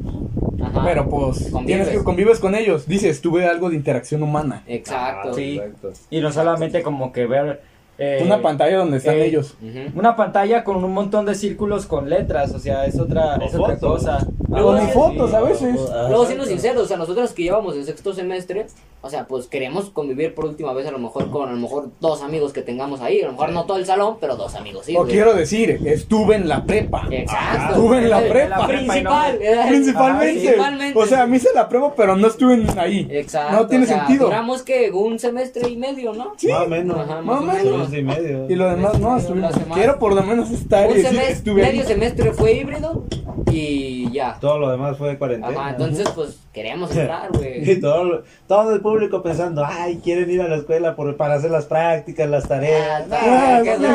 Speaker 8: Ajá.
Speaker 10: Pero pues,
Speaker 8: Convives.
Speaker 10: tienes que convives con ellos. Dices, tuve algo de interacción humana.
Speaker 8: Exacto.
Speaker 2: Sí.
Speaker 4: Exacto.
Speaker 2: Y no solamente como que ver. eh,
Speaker 10: Una pantalla donde están
Speaker 2: eh,
Speaker 10: ellos.
Speaker 8: Ujú.
Speaker 2: Una pantalla con un montón de círculos con letras, o sea, es otra,
Speaker 4: O
Speaker 2: es otra
Speaker 4: fotos.
Speaker 2: cosa.
Speaker 10: Luego
Speaker 2: Ah,
Speaker 10: ni
Speaker 2: sí.
Speaker 10: fotos a veces.
Speaker 8: Ah, Luego, siendo sinceros, o sea, nosotros que llevamos en sexto semestre, O sea, pues queremos convivir por última vez a lo mejor con a lo mejor dos amigos que tengamos ahí, a lo mejor no todo el salón, pero dos amigos sí.
Speaker 10: o
Speaker 8: güey. Eh,
Speaker 10: quiero decir, estuve en la prepa.
Speaker 8: Exacto.
Speaker 10: Estuve en la
Speaker 8: El-
Speaker 10: prepa.
Speaker 8: Principal. eh,
Speaker 10: Principalmente.
Speaker 8: principalmente. Eh,
Speaker 10: O sea, me hice la prueba, pero no estuve en- ahí.
Speaker 8: Exacto,
Speaker 10: No tiene
Speaker 8: o sea,
Speaker 10: sentido.
Speaker 8: Duramos que un semestre y medio, ¿no?
Speaker 4: Más o menos.
Speaker 8: Ajá,
Speaker 10: más o menos.
Speaker 4: Dos y medio.
Speaker 10: Y lo demás, no, estuve.
Speaker 8: Las demás.
Speaker 10: Quiero por lo menos estar
Speaker 8: Un
Speaker 10: y decir que
Speaker 8: semestre,
Speaker 10: estuve ahí.
Speaker 8: medio semestre fue híbrido y ya.
Speaker 4: Todo lo demás fue de cuarentena.
Speaker 8: Ajá, entonces pues queremos entrar, güey.
Speaker 4: Y todo, lo- todo el público pensando, ay, quieren ir a la escuela por, para hacer las prácticas, las tareas.
Speaker 8: Ah,
Speaker 10: no,
Speaker 8: que-
Speaker 10: no,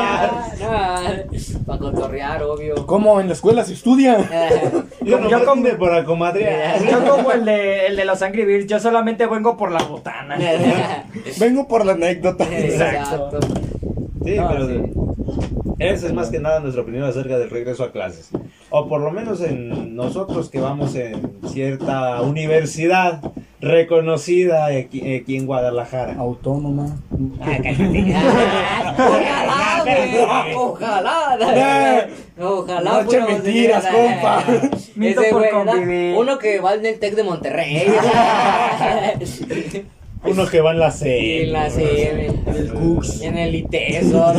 Speaker 8: ah, no, Para cotorrear, obvio.
Speaker 10: ¿Cómo en la escuela se estudia?
Speaker 8: Eh,
Speaker 4: yo no yo como por la comadrear.
Speaker 2: Yo como el de, el de los Angry Birds, yo solamente vengo por la botana.
Speaker 8: Eh.
Speaker 10: Vengo por la anécdota.
Speaker 8: Exacto.
Speaker 4: Sí,
Speaker 8: No,
Speaker 4: pero
Speaker 8: sí.
Speaker 4: esa es más que nada nuestra opinión acerca del regreso a clases. O por lo menos en nosotros que vamos en cierta universidad reconocida aquí, aquí en Guadalajara.
Speaker 10: Autónoma.
Speaker 8: Ah, cállate. Ah, Ojalá, güey. Ojalá. Ojalá.
Speaker 10: No eche
Speaker 8: pura
Speaker 10: mentiras,
Speaker 8: basura.
Speaker 10: compa.
Speaker 2: Miento
Speaker 8: Ese
Speaker 2: por
Speaker 8: güey, ¿verdad?
Speaker 2: convivir.
Speaker 8: Uno que va en el Tec de Monterrey.
Speaker 4: Uno que va en la C.
Speaker 8: En la CM, en el CUX, en el ITESO,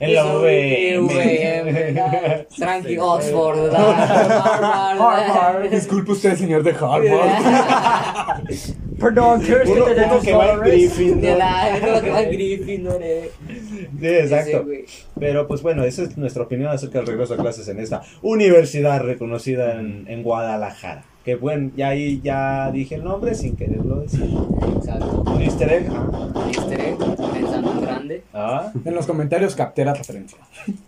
Speaker 4: En la UVM.
Speaker 8: Tranqui, Oxford, ¿verdad? Harvard, ¿verdad?
Speaker 10: Disculpe usted, señor de Harvard.
Speaker 2: Perdón, ¿quieres
Speaker 4: Uno,
Speaker 2: que te dé
Speaker 4: uno
Speaker 2: los
Speaker 4: que va en
Speaker 2: colores?
Speaker 4: Griffin.
Speaker 8: De la, de lo que va en Gryffindor, eh.
Speaker 4: Sí, exacto.
Speaker 8: Ese, güey.
Speaker 4: Pero pues bueno, esa es nuestra opinión acerca del regreso a clases en esta universidad reconocida en, en Guadalajara. Que bueno, ya ahí ya dije el nombre sin quererlo decir.
Speaker 8: Exacto.
Speaker 4: Un easter egg. Ah.
Speaker 8: Easter egg, pensando en grande.
Speaker 4: Ah.
Speaker 10: En los comentarios capté la referencia.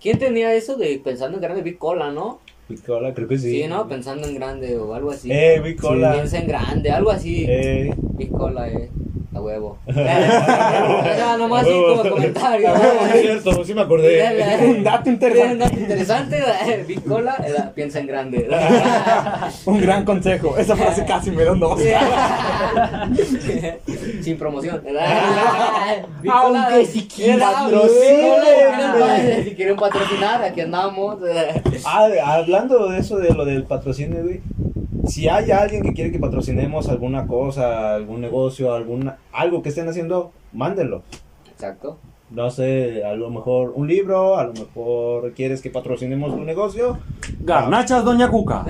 Speaker 8: ¿Quién tenía eso de pensando en grande? Bicola, ¿no?
Speaker 4: Bicola, creo que sí.
Speaker 8: Sí, ¿no? Pensando en grande o algo así.
Speaker 4: Eh, Bicola.
Speaker 8: Piensa en grande, algo así.
Speaker 4: Eh,
Speaker 8: Bicola, eh. A huevo. o sea, nomás así como comentario.
Speaker 4: Ah, es cierto, sí me acordé.
Speaker 10: Un dato interesante.
Speaker 8: Un dato interesante. eh, Bicola, eh, piensa en grande.
Speaker 10: Un gran consejo. Esa
Speaker 8: Eh.
Speaker 10: frase casi me da un dos.
Speaker 8: Sin promoción. Aunque
Speaker 2: Aunque si quieren patrocinen.
Speaker 8: Si quieren patrocinar, aquí andamos.
Speaker 4: Ah, hablando de eso, de lo del patrocinio, güey. Si hay alguien que quiere que patrocinemos alguna cosa, algún negocio, alguna, algo que estén haciendo, mándenlo.
Speaker 8: Exacto.
Speaker 4: No sé, a lo mejor un libro, a lo mejor quieres que patrocinemos un negocio.
Speaker 5: Garnachas, Doña Cuca.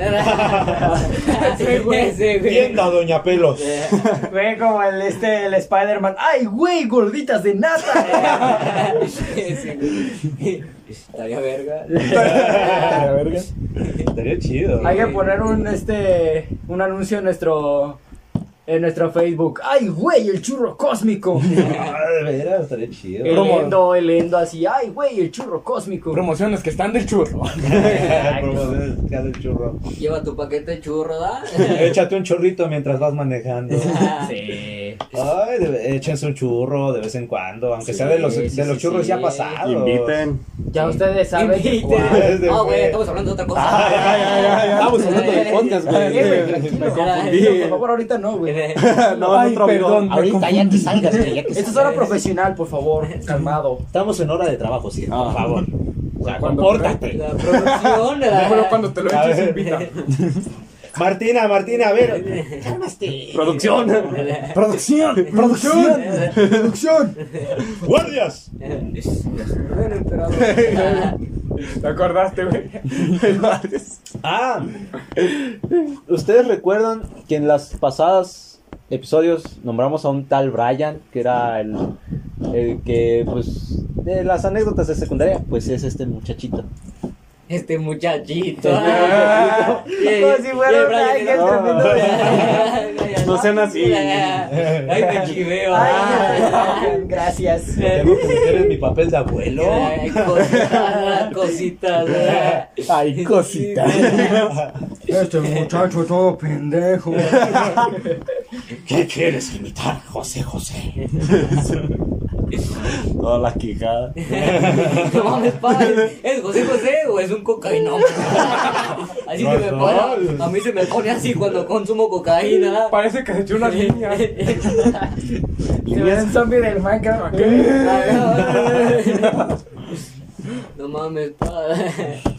Speaker 8: Ese güey. Ese güey.
Speaker 4: Tienda Doña Pelos.
Speaker 8: Eh,
Speaker 2: Güey, como el, este, el Spider-Man. ¡Ay, güey, gorditas de nata!
Speaker 8: ese güey. Estaría verga.
Speaker 10: La verga.
Speaker 4: Estaría chido.
Speaker 2: Hay que poner un, este, un anuncio en nuestro, en nuestro Facebook. ¡Ay, güey, el churro cósmico!
Speaker 4: Ah, de veras, estaría chido.
Speaker 2: El
Speaker 10: Promo.
Speaker 2: endo, el endo así. ¡Ay, güey, el churro cósmico!
Speaker 10: Promociones que están del churro.
Speaker 4: Promociones, que hace el churro.
Speaker 8: Lleva tu paquete de churro, ¿da?
Speaker 4: Échate un chorrito mientras vas manejando.
Speaker 2: Sí.
Speaker 4: Ay, de- échense un churro de vez en cuando, aunque sea de los,
Speaker 8: Sí,
Speaker 4: de
Speaker 8: sí,
Speaker 4: los
Speaker 8: sí,
Speaker 4: churros
Speaker 8: sí.
Speaker 4: ya pasados.
Speaker 5: Inviten.
Speaker 2: Ya ustedes saben. que cuando-
Speaker 4: Desde
Speaker 8: No, güey,
Speaker 4: fue-
Speaker 8: estamos hablando de otra cosa.
Speaker 10: Estamos hablando de podcast,
Speaker 2: Eh, güey,
Speaker 10: güey.
Speaker 2: tranquilo.
Speaker 5: me confundí.
Speaker 2: Por favor, ahorita no, güey.
Speaker 5: No, es
Speaker 10: Ay,
Speaker 5: otro amigo.
Speaker 10: perdón. me confundí.
Speaker 8: salgas, güey, ya que
Speaker 2: Esto es
Speaker 8: salgas.
Speaker 2: hora profesional, por favor. Calmado.
Speaker 4: Estamos en hora de trabajo, sí, por
Speaker 5: Ah.
Speaker 4: favor. O sea,
Speaker 5: Cuando-
Speaker 4: compórtate.
Speaker 8: La producción, ¿da?
Speaker 5: Pero cuando te lo
Speaker 4: A
Speaker 5: eches,
Speaker 4: ver.
Speaker 5: invita.
Speaker 4: Martina, Martina, a ver.
Speaker 5: Producción.
Speaker 10: Producción, producción,
Speaker 8: Eh.
Speaker 10: producción.
Speaker 4: ¡Guardias!
Speaker 8: Bueno, emperador.
Speaker 5: ¿Te acordaste, güey? El martes.
Speaker 4: Ah, ¿ustedes recuerdan que en las pasadas episodios nombramos a un tal Brian, que era el, el que, pues, de las anécdotas de secundaria? Pues es este muchachito.
Speaker 8: Este muchachito.
Speaker 5: Ah.
Speaker 2: Como si fuera un ángel tremendo.
Speaker 5: No sean así.
Speaker 8: Ay, me chiveo. Ah,
Speaker 2: Ay, gracias.
Speaker 4: Tengo que meter en mi papel de abuelo.
Speaker 8: Ay, cositas, cositas.
Speaker 10: Ay, cosita.
Speaker 2: Este muchacho es todo pendejo.
Speaker 4: ¿Qué quieres imitar, José José?
Speaker 5: Toda la quijada.
Speaker 8: No mames, pa, ¿es José José o es un cocaína? Así
Speaker 4: No,
Speaker 8: se me
Speaker 4: no.
Speaker 8: pone, a mí se me pone así cuando consumo cocaína.
Speaker 5: Parece que se echó una línea.
Speaker 2: Se ve un zombie del Minecraft.
Speaker 8: No mames, pa.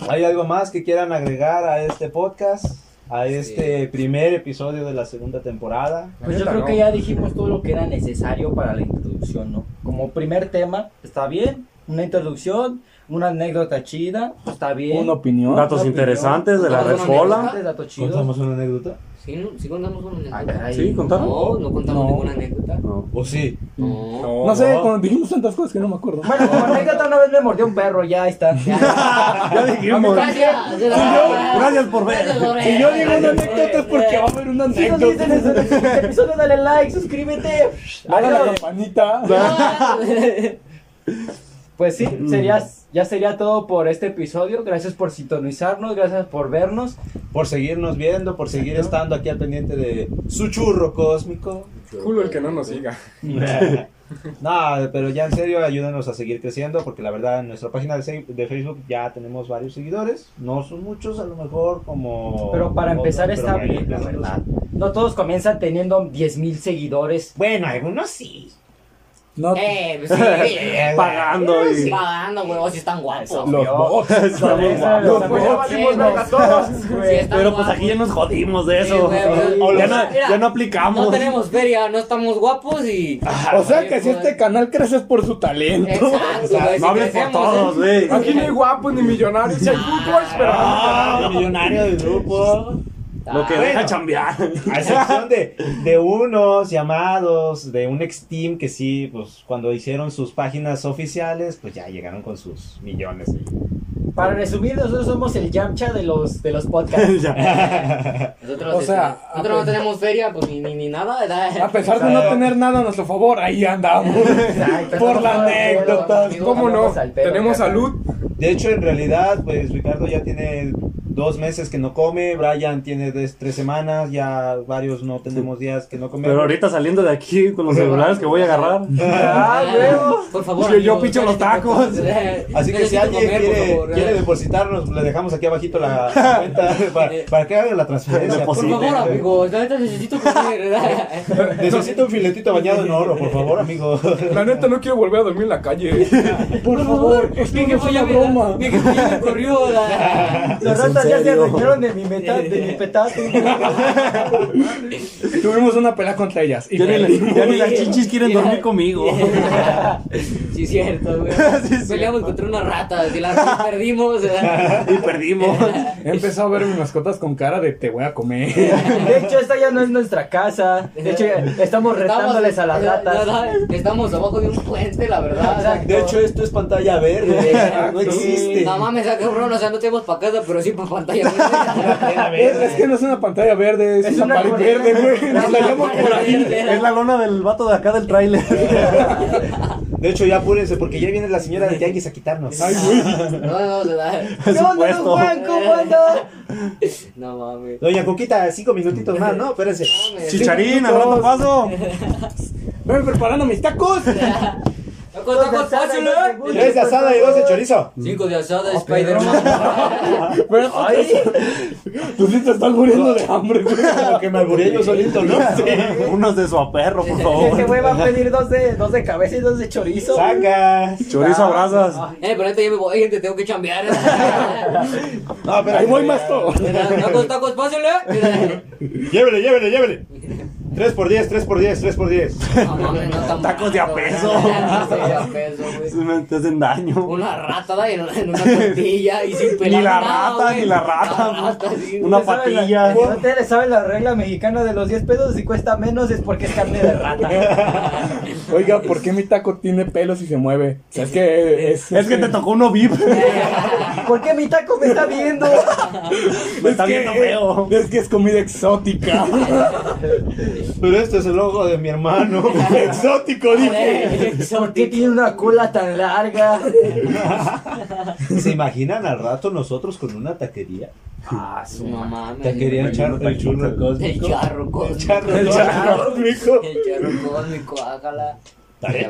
Speaker 4: ¿Hay algo más que quieran agregar a este podcast? a este primer episodio de la segunda temporada.
Speaker 2: Pues yo creo que ya dijimos todo lo que era necesario para la introducción, ¿no? Como primer tema, está bien, una introducción, una anécdota chida, está bien.
Speaker 10: Una opinión.
Speaker 2: Una
Speaker 9: Datos
Speaker 2: opinión.
Speaker 9: interesantes de la
Speaker 2: Datos
Speaker 9: Reforma.
Speaker 2: interesantes, Datos chidos.
Speaker 4: ¿Contamos una anécdota?
Speaker 8: Sí, no, sí contamos una anécdota.
Speaker 2: Ah, caray.
Speaker 9: Sí, contamos.
Speaker 8: No, no contamos
Speaker 10: No.
Speaker 8: ninguna anécdota.
Speaker 4: ¿O Pues sí?
Speaker 8: No.
Speaker 10: No sé, cuando dijimos tantas cosas que no me acuerdo.
Speaker 2: Bueno, como anécdota una vez me mordió un perro, ya ahí está.
Speaker 9: Ya dijimos.
Speaker 8: Gracias.
Speaker 9: Gracias por ver.
Speaker 10: Si yo digo una anécdota es porque va a haber una
Speaker 2: Si nos
Speaker 10: anécdota.
Speaker 2: dicen eso en este episodio, dale like, suscríbete.
Speaker 10: Dale a la
Speaker 2: Adiós.
Speaker 10: campanita.
Speaker 2: Pues sí,
Speaker 4: Mm.
Speaker 2: sería, ya sería todo por este episodio. Gracias por sintonizarnos, gracias por vernos.
Speaker 4: Por seguirnos viendo, por seguir
Speaker 2: Exacto.
Speaker 4: estando aquí al pendiente de su churro cósmico.
Speaker 5: Culo el que no nos siga.
Speaker 4: No, pero ya en serio, ayúdenos a seguir creciendo, porque la verdad en nuestra página de, se- de Facebook ya tenemos varios seguidores. No son muchos, a lo mejor como...
Speaker 2: Pero para
Speaker 4: como-
Speaker 2: empezar
Speaker 4: pero
Speaker 2: está
Speaker 4: para ir
Speaker 2: bien, la
Speaker 4: empezando,
Speaker 2: verdad. No todos comienzan teniendo 10.000 seguidores.
Speaker 4: Bueno, algunos sí.
Speaker 10: No,
Speaker 8: Eh, pues sí.
Speaker 9: Pagando y.
Speaker 8: Pagando, güey, o si están guapos.
Speaker 10: los bots.
Speaker 9: Estamos
Speaker 2: Esa,
Speaker 9: guapos.
Speaker 2: los
Speaker 8: pues
Speaker 2: apoyaba, dimos verga a todos,
Speaker 8: Sí,
Speaker 2: güey.
Speaker 8: están
Speaker 9: Pero pues
Speaker 8: guapos.
Speaker 9: aquí ya nos jodimos de
Speaker 8: Sí,
Speaker 9: eso.
Speaker 8: güey, güey.
Speaker 9: Ya no,
Speaker 8: Mira,
Speaker 9: ya no
Speaker 8: No
Speaker 9: aplicamos. Ah,
Speaker 8: tenemos feria, no estamos guapos y.
Speaker 10: O sea que si este canal crece es por su talento.
Speaker 8: Exacto, güey,
Speaker 9: No
Speaker 8: si
Speaker 9: hables por
Speaker 8: crecemos,
Speaker 9: todos,
Speaker 8: eh.
Speaker 9: güey.
Speaker 5: Aquí no hay guapos ni millonarios, si hay youtubers, pero.
Speaker 4: Ah, millonario del grupo.
Speaker 9: Lo que
Speaker 8: Ah,
Speaker 9: deja chambear.
Speaker 4: A excepción de, de unos llamados, de un ex team que sí, pues cuando hicieron sus páginas oficiales, pues ya llegaron con sus millones.
Speaker 2: Para resumir, nosotros somos el Yamcha de los, de los podcasts.
Speaker 8: Nosotros,
Speaker 10: O sea,
Speaker 8: este, nosotros no
Speaker 10: apenas-
Speaker 8: tenemos feria, pues ni, ni, ni nada. ¿verdad?
Speaker 9: Ah,
Speaker 10: A pesar de no tener nada a nuestro favor, ahí andamos. Por la anécdota.
Speaker 5: ¿Cómo no? Tenemos salud.
Speaker 4: De hecho, en realidad, pues Ricardo ya tiene dos meses que no come, Brian tiene des- tres semanas, ya varios no tenemos días que no comemos.
Speaker 9: Pero ahorita saliendo de aquí con los celulares que voy a agarrar.
Speaker 8: Ah, huevo. Por favor.
Speaker 9: Yo- yo
Speaker 8: amigos,
Speaker 9: picho los tacos.
Speaker 4: Así que si
Speaker 8: Necesito
Speaker 4: alguien
Speaker 8: comer, por
Speaker 4: quiere,
Speaker 8: favor,
Speaker 4: quiere
Speaker 8: eh.
Speaker 4: depositarnos, le dejamos aquí abajito la cuenta para, para que haga la transferencia.
Speaker 8: Por
Speaker 9: Deposite.
Speaker 8: favor, amigos, la neta necesito comer. ¿verdad?
Speaker 4: Necesito un filetito bañado en oro, por favor, amigo.
Speaker 5: La neta no quiero volver a dormir en la calle. eh.
Speaker 10: Por favor, esto no es una broma.
Speaker 8: Mi jefe ya me corrió. ¿verdad?
Speaker 2: Los
Speaker 9: ¿Es en
Speaker 2: ratas ya se
Speaker 9: serio?
Speaker 2: arrancaron de mi meta, de mi petato.
Speaker 10: Tuvimos una pelea contra ellas. Y
Speaker 9: Ya ni, la- ya ni las
Speaker 8: Sí.
Speaker 9: chichis quieren dormir conmigo.
Speaker 8: Sí, cierto, güey. Peleamos contra unas ratas y las perdimos. ¿verdad?
Speaker 9: Y perdimos.
Speaker 10: Empezó a ver mis mascotas con cara de te voy a comer.
Speaker 2: De hecho, esta ya no es nuestra casa. De hecho, estamos retándoles a las ratas.
Speaker 8: ¿verdad? Estamos abajo de un puente, la verdad.
Speaker 4: De hecho, esto es pantalla verde. No existe.
Speaker 8: No mames, ah, cabrón, o sea, no tenemos para casa, pero sí para pantalla. ¿verdad?
Speaker 10: Es, es que no es una pantalla verde, es,
Speaker 2: Es
Speaker 10: una
Speaker 2: una
Speaker 10: pared
Speaker 2: correa.
Speaker 10: verde, güey. Nos la llamo por ahí.
Speaker 9: Es la lona del vato de acá del tráiler.
Speaker 4: De hecho, ya apúrense porque ya viene la señora de Yankees a quitarnos.
Speaker 10: Ay, güey.
Speaker 8: No, no, ¿verdad?
Speaker 9: Por supuesto.
Speaker 2: ¿Cómo anda?
Speaker 8: No mames.
Speaker 4: Doña Coquita, cinco minutitos más, ¿no? Espérense.
Speaker 9: Chicharín, al rato paso.
Speaker 10: Ven preparando mis tacos.
Speaker 8: No contamos
Speaker 2: Dos de asada y
Speaker 8: fácil,
Speaker 2: dos de
Speaker 8: ¿eh?
Speaker 2: gusto.
Speaker 4: Tres de asada y dos de chorizo.
Speaker 8: Cinco de asada, Spider-Man.
Speaker 10: Pero tú sí te estás muriendo de hambre, güey.
Speaker 4: Como que me albureé yo solito, ¿no?
Speaker 9: Unos de su perro, por
Speaker 2: Ese
Speaker 9: favor.
Speaker 2: güey va a pedir dos de, dos de cabeza y dos de chorizo.
Speaker 4: Sacas.
Speaker 9: Chorizo abrazas.
Speaker 8: Eh, pero ahorita ya me voy, gente, tengo que chambear. ¿eh?
Speaker 4: No, pero
Speaker 10: Ahí voy, maestro.
Speaker 8: No con tacos fácil, ¿eh?
Speaker 4: Llévele, llévele, llévele. Tres por diez, tres por diez, tres por diez.
Speaker 8: No mames, no tan
Speaker 9: Tacos de a
Speaker 8: barato,
Speaker 9: peso.
Speaker 8: ¿verdad? Tacos de a peso, güey.
Speaker 9: Te hacen daño.
Speaker 8: Una rata da en, en una tortilla y sin pelar
Speaker 9: Ni la
Speaker 8: nada,
Speaker 9: rata,
Speaker 8: güey.
Speaker 9: ni la rata.
Speaker 8: rata, sí,
Speaker 9: Una
Speaker 8: güey.
Speaker 2: ¿Usted sabe la-
Speaker 9: patilla.
Speaker 2: ¿Ustedes le saben la regla mexicana de los 10 pesos? Si cuesta menos es porque es carne de rata.
Speaker 10: Oiga, ¿por qué mi taco tiene pelos y se mueve? O sea, es que es,
Speaker 9: Es que te tocó uno VIP.
Speaker 2: ¿Por qué mi taco me está viendo?
Speaker 9: Me está viendo feo.
Speaker 10: Es que es comida exótica.
Speaker 4: Pero este es el ojo de mi hermano.
Speaker 10: Exótico, dije.
Speaker 2: ¿Por qué tiene una cola tan larga?
Speaker 4: ¿Se imaginan al rato nosotros con una taquería?
Speaker 2: Ah, su
Speaker 8: No
Speaker 2: mamá.
Speaker 8: mames.
Speaker 4: Taquería el charro, el churro
Speaker 8: El
Speaker 4: cósmico.
Speaker 8: charro
Speaker 4: El
Speaker 8: cósmico.
Speaker 4: charro
Speaker 8: El charro.
Speaker 4: cósmico.
Speaker 8: El charro cósmico, hágala.
Speaker 4: Estaría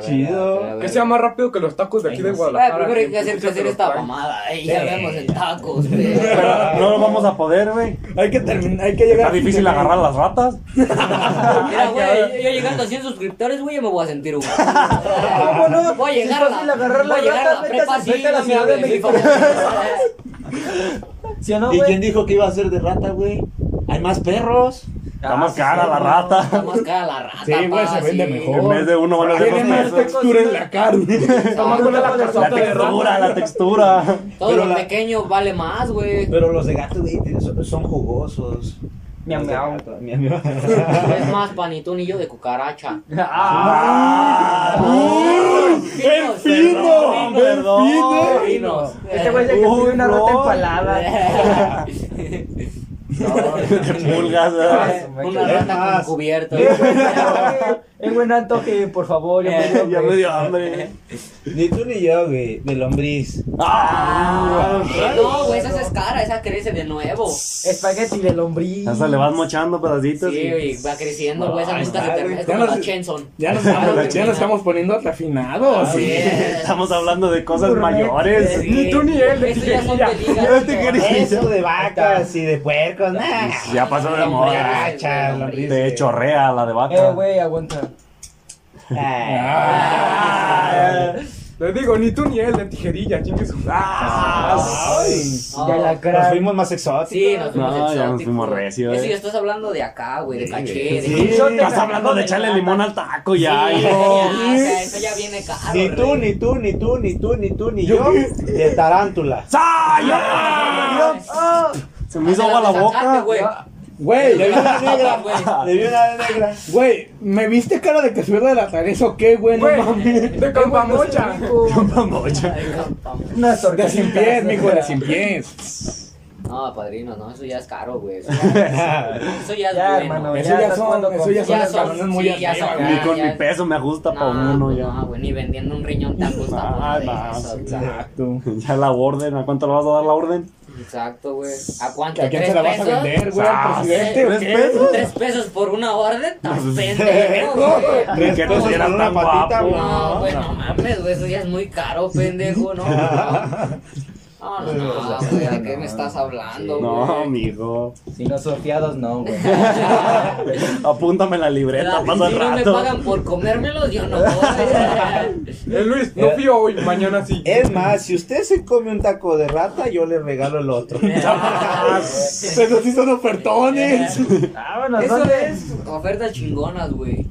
Speaker 4: chido.
Speaker 5: Que sea más rápido que los tacos de aquí de
Speaker 8: Bueno,
Speaker 5: Guadalajara.
Speaker 8: Ah, primero hay que hacer, que hacer esta mamada. Ahí ya vemos en tacos, güey.
Speaker 9: Pero no lo vamos a poder, güey.
Speaker 10: Hay que terminar, hay que
Speaker 9: Está
Speaker 10: llegar.
Speaker 9: difícil agarrar a las ratas.
Speaker 8: Mira, güey, yo- yo llegando a 100 suscriptores, güey, ya me voy a sentir un. ¿Cómo
Speaker 2: no?
Speaker 8: Voy a
Speaker 2: Si es
Speaker 8: llegar a
Speaker 2: fácil
Speaker 8: la,
Speaker 2: agarrar la
Speaker 8: voy a llegar
Speaker 2: rata,
Speaker 8: a
Speaker 2: vete a-
Speaker 8: prepa, sí,
Speaker 2: vete a la
Speaker 8: no
Speaker 2: Ciudad de
Speaker 8: mames,
Speaker 2: México.
Speaker 8: mi familia.
Speaker 2: ¿Sí o no,
Speaker 4: ¿Y quién
Speaker 2: güey?
Speaker 4: dijo que iba a ser de rata, güey? Hay más perros.
Speaker 8: Está
Speaker 2: Ah,
Speaker 8: más cara la rata. Está más cara la rata.
Speaker 10: Sí, güey, se
Speaker 8: pa,
Speaker 10: vende
Speaker 8: sí.
Speaker 10: mejor.
Speaker 9: En vez de uno van a ser
Speaker 10: Tiene
Speaker 9: dos
Speaker 10: más
Speaker 9: pesos.
Speaker 10: textura en la carne. Está más buena la
Speaker 4: La
Speaker 10: calzota de rata.
Speaker 4: textura, la textura.
Speaker 8: Todo
Speaker 4: Pero
Speaker 8: lo
Speaker 4: la-
Speaker 8: pequeño vale más, güey.
Speaker 4: Pero los de gato, güey, son- son jugosos.
Speaker 2: Miau, miau.
Speaker 4: Mi amigo.
Speaker 8: Es más panitón y yo de cucaracha.
Speaker 2: Ah,
Speaker 4: Ah,
Speaker 9: Ah.
Speaker 10: ¡El fino! ¡El fino!
Speaker 8: Finos.
Speaker 2: Este güey se que
Speaker 4: Uy,
Speaker 2: pide una rata
Speaker 4: no.
Speaker 2: empalada.
Speaker 4: Pulgas, ¿verdad?
Speaker 8: Una rata con cubierto.
Speaker 2: Es buen antoje, por favor. ya
Speaker 4: Eh, Ya
Speaker 2: me dio
Speaker 4: me
Speaker 2: hambre.
Speaker 4: dio hambre. Ni tú ni yo, güey. De lombriz.
Speaker 8: Ah, no, güey, esa es cara, esa crece de nuevo.
Speaker 2: Espagueti de lombriz. Eh,
Speaker 9: Hasta le vas mochando pedacitos.
Speaker 8: Sí,
Speaker 9: y- pues,
Speaker 8: güey, va creciendo, güey, esa
Speaker 4: Ay,
Speaker 8: nunca se
Speaker 4: madre,
Speaker 8: termina. Es
Speaker 10: ya
Speaker 8: como
Speaker 10: no
Speaker 8: la
Speaker 10: sé-
Speaker 8: Chenson.
Speaker 10: Ya nos estamos, ya nos estamos poniendo refinados.
Speaker 8: Así es.
Speaker 9: Estamos hablando de cosas
Speaker 2: Gourmet.
Speaker 9: mayores.
Speaker 8: Sí.
Speaker 5: Ni tú ni él, de
Speaker 8: Eso ya son
Speaker 5: tijerilla.
Speaker 8: peligas,
Speaker 9: De
Speaker 8: ¿no?
Speaker 9: tijerilla.
Speaker 4: Eso de vacas y de puercos, nah.
Speaker 9: Pues, Ya pasó de moda.
Speaker 4: Cucaracha, lombriz.
Speaker 9: Te chorrea la de
Speaker 2: Eh,
Speaker 9: vaca.
Speaker 2: güey, aguanta.
Speaker 4: Ah.
Speaker 5: Les digo, ni tú ni él, de tijerilla, chingue su
Speaker 4: Ay.
Speaker 2: Ya la
Speaker 4: Nos
Speaker 2: cara.
Speaker 4: fuimos más exóticos.
Speaker 8: Sí, nos fuimos
Speaker 9: No, ya nos
Speaker 8: exóticos.
Speaker 9: fuimos recio.
Speaker 8: Eso ya
Speaker 9: eh.
Speaker 8: estás hablando de acá, güey, de caché. de-
Speaker 9: Sí, Estás hablando de echarle limón al taco ya,
Speaker 8: Sí,
Speaker 9: hijo.
Speaker 8: ya, ya, Eso ya viene caro.
Speaker 4: Ni tú,
Speaker 8: güey.
Speaker 4: ni tú, ni tú, ni tú, ni tú, ni yo. De tarántula.
Speaker 9: ¡Saya!
Speaker 8: Ah.
Speaker 9: Se me hizo agua la
Speaker 8: Sacaste,
Speaker 9: boca.
Speaker 8: güey.
Speaker 10: Güey,
Speaker 4: Le vi una negra.
Speaker 8: Güey.
Speaker 4: Le vi una negra.
Speaker 10: güey, ¿me viste cara de que se de la tarea o qué, güey? No mames.
Speaker 5: De campamocha.
Speaker 8: Ay, campamo.
Speaker 2: Unas
Speaker 10: De sin pies,
Speaker 2: tortillas,
Speaker 10: mijo, de sin pies.
Speaker 8: No, padrino, no, eso ya es caro, güey. Eso ya eso ya es
Speaker 2: Ya,
Speaker 8: bueno.
Speaker 2: hermano,
Speaker 10: Eso ya
Speaker 2: estás
Speaker 10: son,
Speaker 2: jugando
Speaker 10: eso
Speaker 2: con-
Speaker 10: ya son
Speaker 8: Ya
Speaker 10: los
Speaker 8: son,
Speaker 10: galones muy
Speaker 8: sí, ya
Speaker 10: arriba,
Speaker 8: son.
Speaker 10: güey.
Speaker 9: Ni con
Speaker 8: Ah, ya.
Speaker 9: mi peso me ajusta para
Speaker 8: No,
Speaker 9: uno
Speaker 8: pues
Speaker 9: ya.
Speaker 8: No, güey, ni vendiendo un riñón te gusta
Speaker 9: Ah,
Speaker 8: una de
Speaker 9: no,
Speaker 8: esas, güey.
Speaker 10: Exacto.
Speaker 9: Ya la orden, ¿a cuánto le vas a dar la orden?
Speaker 8: Exacto, güey. ¿A
Speaker 10: ¿Que
Speaker 8: cuánto?
Speaker 10: ¿A quién
Speaker 8: ¿Tres
Speaker 10: se la vas a
Speaker 8: pesos?
Speaker 10: vender, güey?
Speaker 9: Ah,
Speaker 10: ¿Al presidente o
Speaker 9: ¿tres
Speaker 10: qué?
Speaker 9: pesos?
Speaker 8: ¿Tres pesos por una orden? ¡Estás pendejo, güey!
Speaker 9: Ni que
Speaker 4: pesos
Speaker 9: tú eras
Speaker 4: por una
Speaker 9: tan
Speaker 4: patita,
Speaker 9: guapo.
Speaker 8: No, güey, no mames, güey, eso ya es muy caro, pendejo, no. No, no, no, no, güey, ¿de qué me estás hablando,
Speaker 9: No,
Speaker 8: güey?
Speaker 9: mijo.
Speaker 2: Si no sofiados, no, güey.
Speaker 9: Apúntame la
Speaker 8: Ya,
Speaker 9: libreta, pasa
Speaker 8: si
Speaker 9: el
Speaker 8: no me
Speaker 9: rato.
Speaker 8: pagan por comérmelos, yo no voy.
Speaker 5: Eh, Luis, no fío hoy, mañana sí.
Speaker 4: Es más, si usted se come un taco de rata, yo le regalo el otro.
Speaker 10: Pero sí son ofertones.
Speaker 2: Vámonos,
Speaker 8: Eso
Speaker 2: ¿dónde?
Speaker 8: es ofertas chingonas, güey.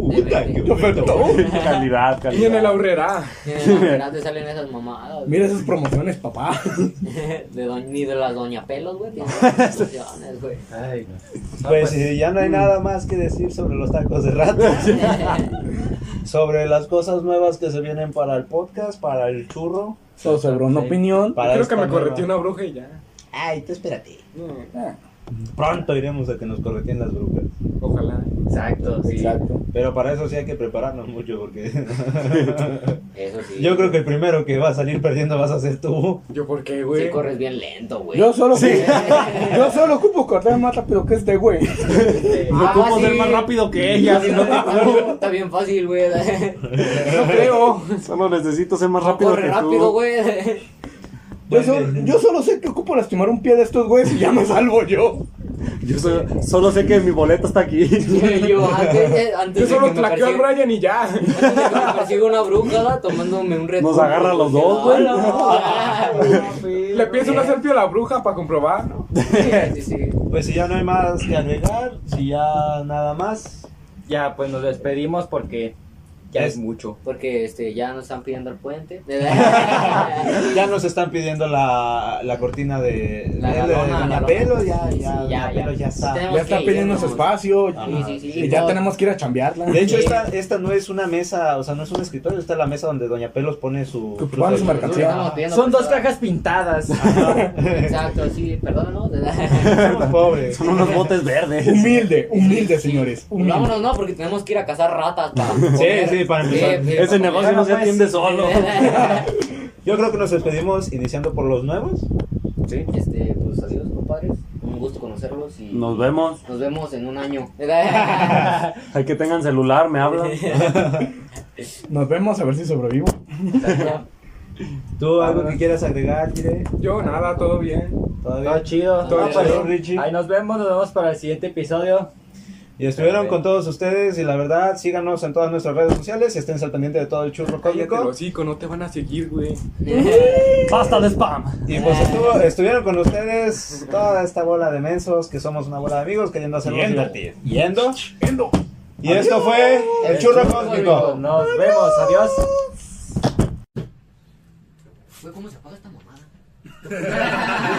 Speaker 4: Puta, qué
Speaker 8: De
Speaker 4: ofertón.
Speaker 9: Calidad,
Speaker 5: Y en el
Speaker 9: calidad.
Speaker 5: aurrera.
Speaker 8: Mira, te salen esas mamadas. güey.
Speaker 10: Mira esas promociones, papá.
Speaker 8: De doña- ni de las doña pelos, güey. tienen esas promociones, güey.
Speaker 2: Ay, no.
Speaker 4: Pues eh, ya no hay nada más que decir sobre los tacos de rata. sobre las cosas nuevas que se vienen para el podcast, para el churro.
Speaker 10: So, sobre una opinión.
Speaker 4: Para
Speaker 5: Creo que
Speaker 4: esta
Speaker 5: me
Speaker 4: nueva-
Speaker 5: correteó una bruja y ya.
Speaker 4: Ay, tú espérate. Pronto iremos a que nos correteen las brujas.
Speaker 5: Ojalá.
Speaker 2: Exacto, sí.
Speaker 10: Exacto.
Speaker 4: Pero para eso sí hay que prepararnos mucho porque
Speaker 8: Eso sí.
Speaker 4: yo creo que el primero que va a salir perdiendo vas a ser tú.
Speaker 5: ¿Yo por qué,
Speaker 8: Sí,
Speaker 5: güey?
Speaker 8: corres bien lento, güey.
Speaker 10: Yo solo, yo solo ocupo cortar más rápido que este, güey.
Speaker 9: Me
Speaker 8: Ah,
Speaker 9: ocupo ser
Speaker 8: sí.
Speaker 9: más rápido que ella. si no te
Speaker 8: Está- Está bien fácil, güey.
Speaker 9: No creo. Solo necesito ser más rápido
Speaker 8: Corre
Speaker 9: que
Speaker 8: rápido,
Speaker 9: tú.
Speaker 8: güey.
Speaker 10: Yo, sol- yo solo sé que ocupo lastimar un pie de estos güeyes y ya me salvo yo.
Speaker 9: Yo so- solo sé que mi boleto está aquí.
Speaker 8: Yo antes, antes
Speaker 5: Yo
Speaker 8: de que
Speaker 5: solo
Speaker 8: me
Speaker 5: tlaqueo al
Speaker 8: persiga-
Speaker 5: Brian y ya.
Speaker 8: antes de que me persiga una bruja ¿la? tomándome un reto.
Speaker 9: Nos agarra los dos, güey.
Speaker 8: Ah,
Speaker 5: Le pienso una selfie a la bruja para comprobar.
Speaker 8: Sí, sí, sí.
Speaker 4: Pues si ya no hay más que agregar, si ya nada más.
Speaker 2: Ya, pues nos despedimos porque ya
Speaker 4: Es-
Speaker 2: es mucho.
Speaker 8: Porque este, ya nos están pidiendo el puente.
Speaker 4: Ya nos están pidiendo la, la cortina de,
Speaker 8: La-
Speaker 4: de-
Speaker 8: la
Speaker 4: de
Speaker 8: lona, la
Speaker 4: Doña
Speaker 8: lona.
Speaker 4: Pelo, ya,
Speaker 8: Sí,
Speaker 4: ya,
Speaker 8: ya,
Speaker 4: Doña
Speaker 8: ya.
Speaker 4: Pelo ya está.
Speaker 8: Tenemos
Speaker 10: Ya está
Speaker 8: que
Speaker 10: pidiendo
Speaker 8: irnos.
Speaker 10: su espacio.
Speaker 8: Sí, sí, sí.
Speaker 10: Y ya
Speaker 8: No,
Speaker 10: tenemos que ir a chambearla.
Speaker 4: De hecho,
Speaker 8: Sí.
Speaker 4: esta, esta no es una mesa, o sea, no es un escritorio, esta es la mesa donde Doña Pelos pone su...
Speaker 10: Que pongan su
Speaker 8: nosotros
Speaker 10: mercancía.
Speaker 8: estamos pidiendo
Speaker 2: Son dos
Speaker 8: prestado.
Speaker 2: cajas pintadas.
Speaker 8: Exacto, sí, perdónanos.
Speaker 4: Somos pobres.
Speaker 9: Son unos botes verdes.
Speaker 10: Humilde, humilde, señores. Humilde.
Speaker 8: Vámonos, no, porque tenemos que ir a cazar ratas para
Speaker 4: Sí, sí, para empezar.
Speaker 9: Ese negocio no se
Speaker 2: Bueno, pues.
Speaker 9: atiende solo.
Speaker 4: Yo creo que nos despedimos iniciando por los nuevos.
Speaker 8: Este, pues adiós, compadres. Un gusto conocerlos y
Speaker 9: Nos vemos.
Speaker 8: nos vemos en un año.
Speaker 9: Hay que tengan celular, me hablan.
Speaker 10: Nos vemos a ver si sobrevivo.
Speaker 4: ¿Tú algo que quieras agregar, Jire?
Speaker 5: Yo nada, todo bien.
Speaker 4: ¿Todavía?
Speaker 2: Todo chido.
Speaker 8: Todo
Speaker 2: No, pues,
Speaker 4: chido, Richie.
Speaker 2: Ahí nos vemos, nos vemos para el siguiente episodio.
Speaker 4: Y
Speaker 8: eh,
Speaker 4: estuvieron con todos ustedes y la verdad, síganos en todas nuestras redes sociales y estén al pendiente de todo el churro
Speaker 5: Cállate,
Speaker 4: cómico.
Speaker 5: hocico, no te van a seguir, güey.
Speaker 4: Basta de spam. Y pues estuvo- estuvieron con ustedes toda esta bola de mensos que somos una bola de amigos queriendo hacernos
Speaker 10: Yendo.
Speaker 4: divertir. Yendo. Y esto fue el churro cósmico.
Speaker 2: Nos vemos, adiós.
Speaker 8: Güey, ¿cómo se apaga esta mamada?